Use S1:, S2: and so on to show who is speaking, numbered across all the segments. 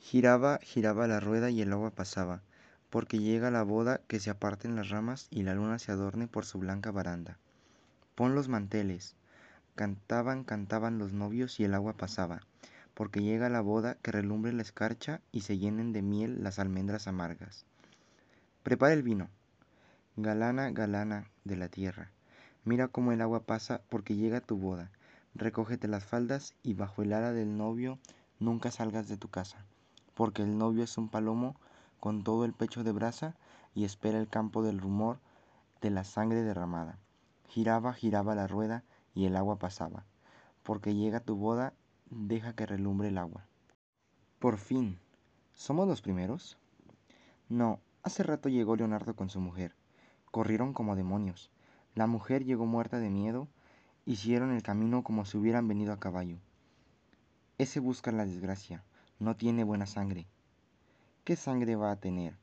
S1: Giraba, giraba la rueda y el agua pasaba, porque llega la boda que se aparten las ramas y la luna se adorne por su blanca baranda. Pon los manteles. Cantaban, cantaban los novios y el agua pasaba, porque llega la boda que relumbre la escarcha y se llenen de miel las almendras amargas. Prepara el vino. Galana, galana de la tierra, mira cómo el agua pasa porque llega tu boda. Recógete las faldas y bajo el ala del novio nunca salgas de tu casa, porque el novio es un palomo con todo el pecho de brasa y espera el campo del rumor de la sangre derramada. Giraba, giraba la rueda y el agua pasaba, porque llega tu boda, deja que relumbre el agua. Por fin, ¿somos los primeros? No, hace rato llegó Leonardo con su mujer. Corrieron como demonios. La mujer llegó muerta de miedo, hicieron el camino como si hubieran venido a caballo. Ese busca la desgracia, no tiene buena sangre. ¿Qué sangre va a tener?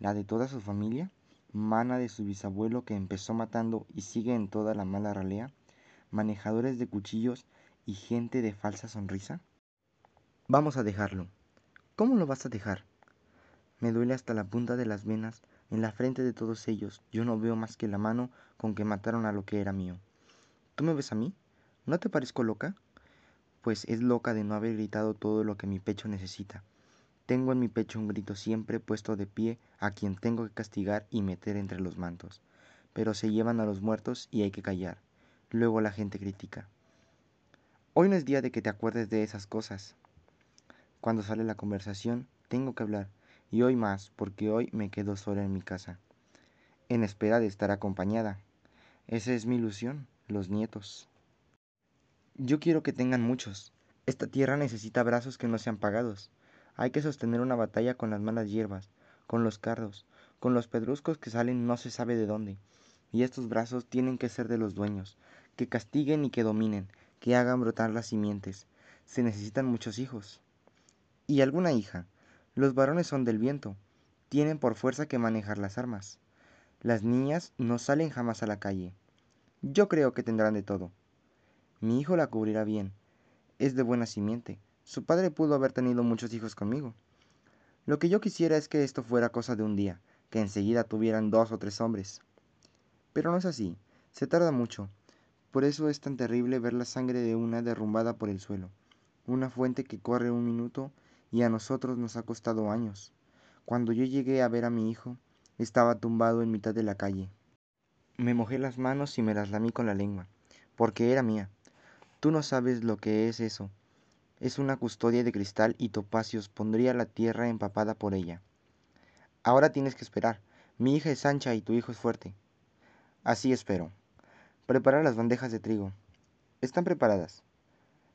S1: ¿La de toda su familia? ¿Mana de su bisabuelo que empezó matando y sigue en toda la mala ralea? ¿Manejadores de cuchillos y gente de falsa sonrisa? Vamos a dejarlo. ¿Cómo lo vas a dejar? Me duele hasta la punta de las venas en la frente de todos ellos yo no veo más que la mano con que mataron a lo que era mío. ¿Tú me ves a mí? ¿No te parezco loca? Pues es loca de no haber gritado todo lo que mi pecho necesita. Tengo en mi pecho un grito siempre puesto de pie a quien tengo que castigar y meter entre los mantos. Pero se llevan a los muertos y hay que callar. Luego la gente critica. Hoy no es día de que te acuerdes de esas cosas. Cuando sale la conversación, tengo que hablar y hoy más porque hoy me quedo sola en mi casa, en espera de estar acompañada. Esa es mi ilusión, los nietos. Yo quiero que tengan muchos. Esta tierra necesita brazos que no sean pagados. Hay que sostener una batalla con las malas hierbas, con los cardos, con los pedruscos que salen no se sabe de dónde. Y estos brazos tienen que ser de los dueños, que castiguen y que dominen, que hagan brotar las simientes. Se necesitan muchos hijos. Y alguna hija, los varones son del viento, tienen por fuerza que manejar las armas. Las niñas no salen jamás a la calle. Yo creo que tendrán de todo. Mi hijo la cubrirá bien. Es de buena simiente. Su padre pudo haber tenido muchos hijos conmigo. Lo que yo quisiera es que esto fuera cosa de un día, que enseguida tuvieran dos o tres hombres. Pero no es así, se tarda mucho. Por eso es tan terrible ver la sangre de una derrumbada por el suelo. Una fuente que corre un minuto y a nosotros nos ha costado años. Cuando yo llegué a ver a mi hijo, estaba tumbado en mitad de la calle. Me mojé las manos y me las lamí con la lengua, porque era mía. Tú no sabes lo que es eso. Es una custodia de cristal y topacios pondría la tierra empapada por ella. Ahora tienes que esperar. Mi hija es ancha y tu hijo es fuerte. Así espero. Prepara las bandejas de trigo. Están preparadas.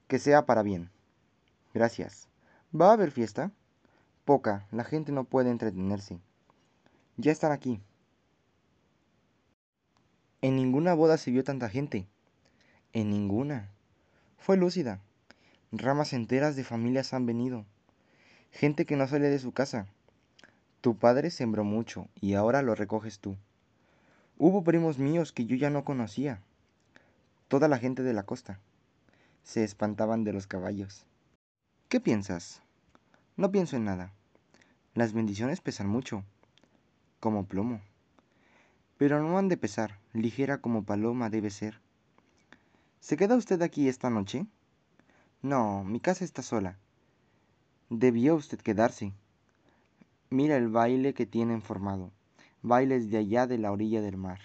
S1: Que sea para bien. Gracias. ¿Va a haber fiesta? Poca, la gente no puede entretenerse. Ya están aquí. En ninguna boda se vio tanta gente. En ninguna. Fue lúcida. Ramas enteras de familias han venido. Gente que no sale de su casa. Tu padre sembró mucho y ahora lo recoges tú. Hubo primos míos que yo ya no conocía. Toda la gente de la costa. Se espantaban de los caballos. ¿Qué piensas? No pienso en nada. Las bendiciones pesan mucho, como plomo. Pero no han de pesar, ligera como paloma debe ser. ¿Se queda usted aquí esta noche? No, mi casa está sola. Debió usted quedarse. Mira el baile que tienen formado, bailes de allá de la orilla del mar.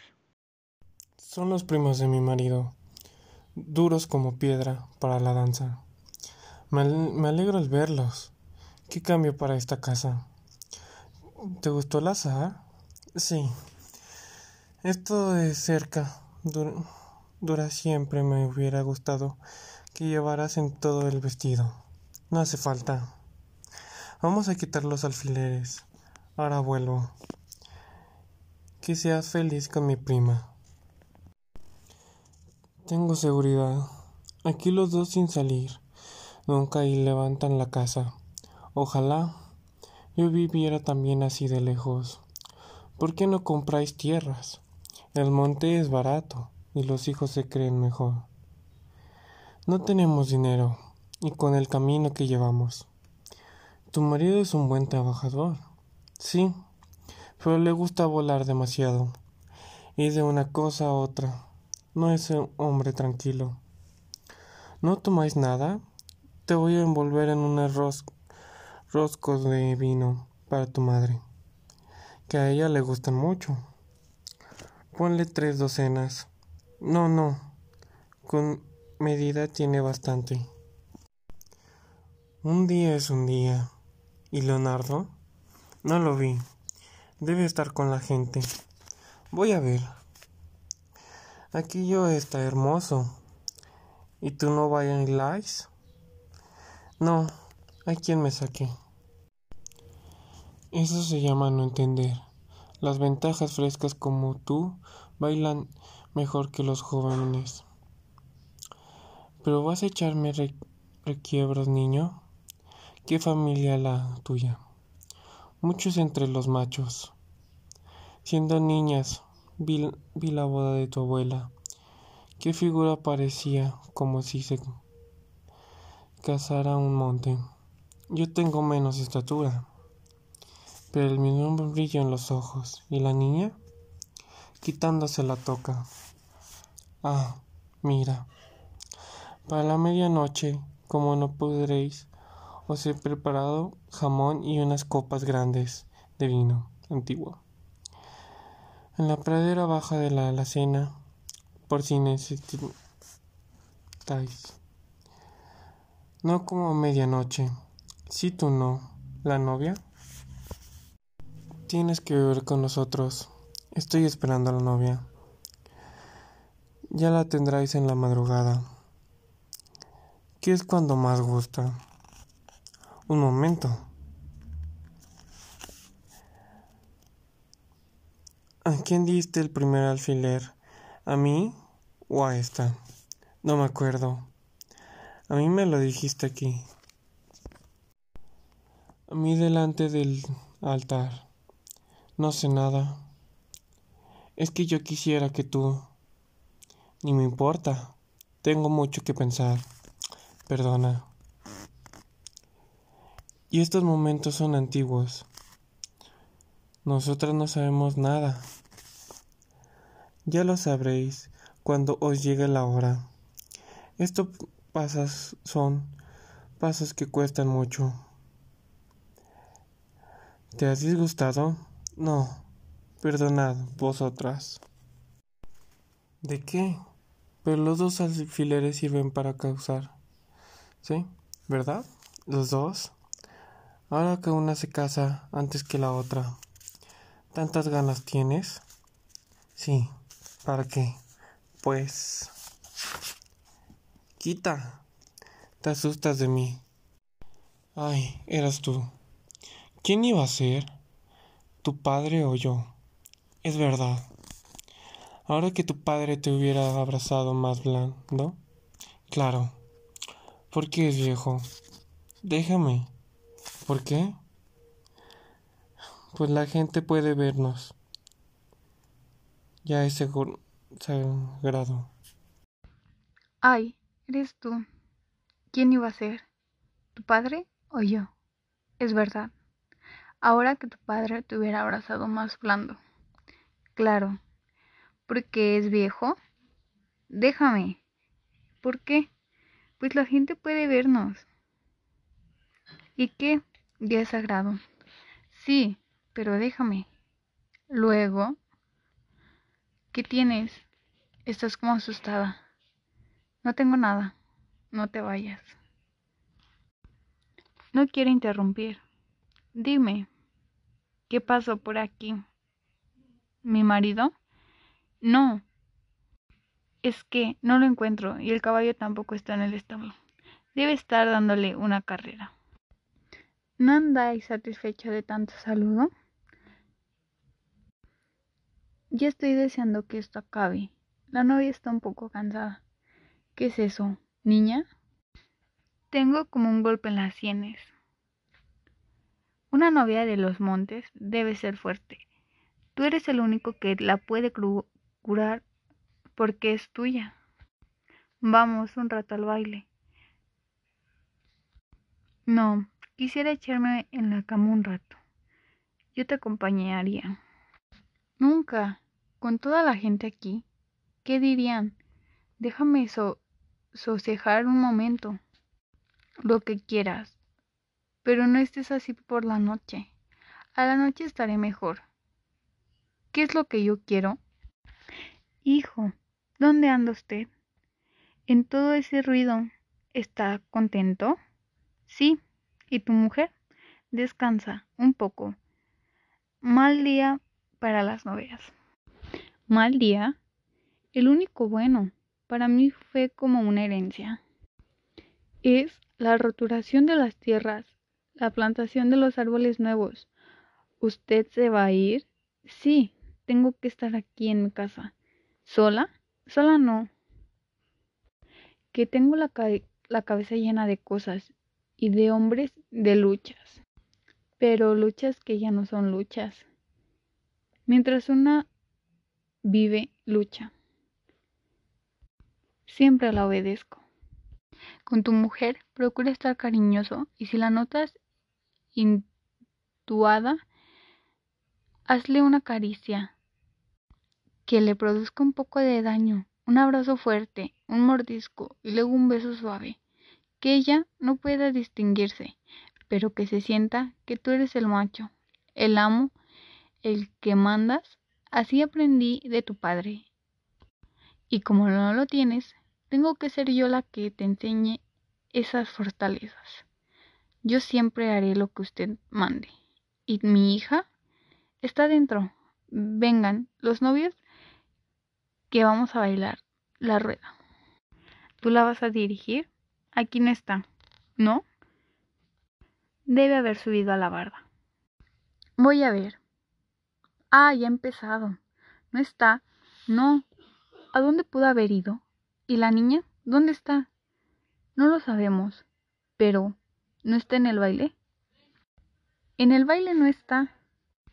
S2: Son los primos de mi marido, duros como piedra para la danza. Me, alegro al verlos. ¿Qué cambio para esta casa? ¿Te gustó la saga? Sí. Esto de cerca dura, dura siempre me hubiera gustado que llevaras en todo el vestido. No hace falta. Vamos a quitar los alfileres. Ahora vuelvo. Que seas feliz con mi prima. Tengo seguridad. Aquí los dos sin salir nunca y levantan la casa. Ojalá yo viviera también así de lejos. ¿Por qué no compráis tierras? El monte es barato y los hijos se creen mejor. No tenemos dinero y con el camino que llevamos. Tu marido es un buen trabajador. Sí, pero le gusta volar demasiado. Y de una cosa a otra. No es un hombre tranquilo. ¿No tomáis nada? Te voy a envolver en unos ros roscos de vino para tu madre, que a ella le gustan mucho. Ponle tres docenas. No, no. Con medida tiene bastante. Un día es un día. ¿Y Leonardo? No lo vi. Debe estar con la gente. Voy a ver. Aquí yo está hermoso. ¿Y tú no bailas? No, hay quien me saque. Eso se llama no entender. Las ventajas frescas como tú bailan mejor que los jóvenes. Pero vas a echarme re requiebros, niño. ¿Qué familia la tuya? Muchos entre los machos. Siendo niñas, vi, vi la boda de tu abuela. Qué figura parecía como si se casara un monte. Yo tengo menos estatura pero el mismo brillo en los ojos. ¿Y la niña? Quitándose la toca. Ah, mira. Para la medianoche, como no podréis, os he preparado jamón y unas copas grandes de vino antiguo. En la pradera baja de la alacena, por si necesitáis. No como medianoche. Si tú no, la novia. Tienes que vivir con nosotros. Estoy esperando a la novia. Ya la tendráis en la madrugada. ¿Qué es cuando más gusta? Un momento. ¿A quién diste el primer alfiler? ¿A mí o a esta? No me acuerdo. A mí me lo dijiste aquí. A mí delante del altar. No sé nada. Es que yo quisiera que tú... Ni me importa. Tengo mucho que pensar. Perdona. Y estos momentos son antiguos. Nosotras no sabemos nada. Ya lo sabréis cuando os llegue la hora. Estos pasas son pasos que cuestan mucho. ¿Te has disgustado? No, perdonad vosotras. ¿De qué? Pero los dos alfileres sirven para causar. ¿Sí? ¿Verdad? Los dos. Ahora que una se casa antes que la otra. ¿Tantas ganas tienes? Sí. ¿Para qué? Pues... Quita. Te asustas de mí. Ay, eras tú. ¿Quién iba a ser? tu padre o yo. Es verdad. Ahora que tu padre te hubiera abrazado más blando. Claro. ¿Por qué es viejo? Déjame. ¿Por qué? Pues la gente puede vernos. Ya es seguro sagrado.
S3: Ay, eres tú. ¿Quién iba a ser? ¿Tu padre o yo? Es verdad ahora que tu padre te hubiera abrazado más blando. Claro, porque es viejo. Déjame. ¿Por qué? Pues la gente puede vernos. ¿Y qué? Día sagrado. Sí, pero déjame. Luego, ¿qué tienes? Estás como asustada. No tengo nada. No te vayas. No quiero interrumpir. Dime, ¿qué pasó por aquí? ¿Mi marido? No. Es que no lo encuentro y el caballo tampoco está en el establo. Debe estar dándole una carrera. ¿No andáis satisfecha de tanto saludo? Ya estoy deseando que esto acabe. La novia está un poco cansada. ¿Qué es eso, niña? Tengo como un golpe en las sienes. Una novia de los montes debe ser fuerte. Tú eres el único que la puede curar porque es tuya. Vamos un rato al baile. No, Quisiera echarme en la cama un rato. Yo te acompañaría. Nunca. Con toda la gente aquí. ¿Qué dirían? Déjame so sosejar un momento. Lo que quieras. Pero no estés así por la noche. A la noche estaré mejor. ¿Qué es lo que yo quiero? Hijo, ¿dónde anda usted? En todo ese ruido, ¿está contento? Sí. ¿Y tu mujer? Descansa un poco. Mal día para las novelas. Mal día. El único bueno para mí fue como una herencia. Es la roturación de las tierras, la plantación de los árboles nuevos. ¿Usted se va a ir? Sí, tengo que estar aquí en mi casa. ¿Sola? Sola no. Que tengo la, ca- la cabeza llena de cosas y de hombres de luchas, pero luchas que ya no son luchas. Mientras una vive, lucha. Siempre la obedezco. Con tu mujer, procura estar cariñoso y si la notas intuada, hazle una caricia que le produzca un poco de daño, un abrazo fuerte, un mordisco y luego un beso suave que ella no pueda distinguirse, pero que se sienta que tú eres el macho, el amo, el que mandas. Así aprendí de tu padre. Y como no lo tienes, tengo que ser yo la que te enseñe esas fortalezas. Yo siempre haré lo que usted mande. ¿Y mi hija? Está dentro. Vengan los novios que vamos a bailar la rueda. ¿Tú la vas a dirigir? Aquí no está, ¿no? Debe haber subido a la barda. Voy a ver. Ah, ya ha empezado. No está. No. ¿A dónde pudo haber ido? ¿Y la niña? ¿Dónde está? No lo sabemos. Pero, ¿no está en el baile? En el baile no está.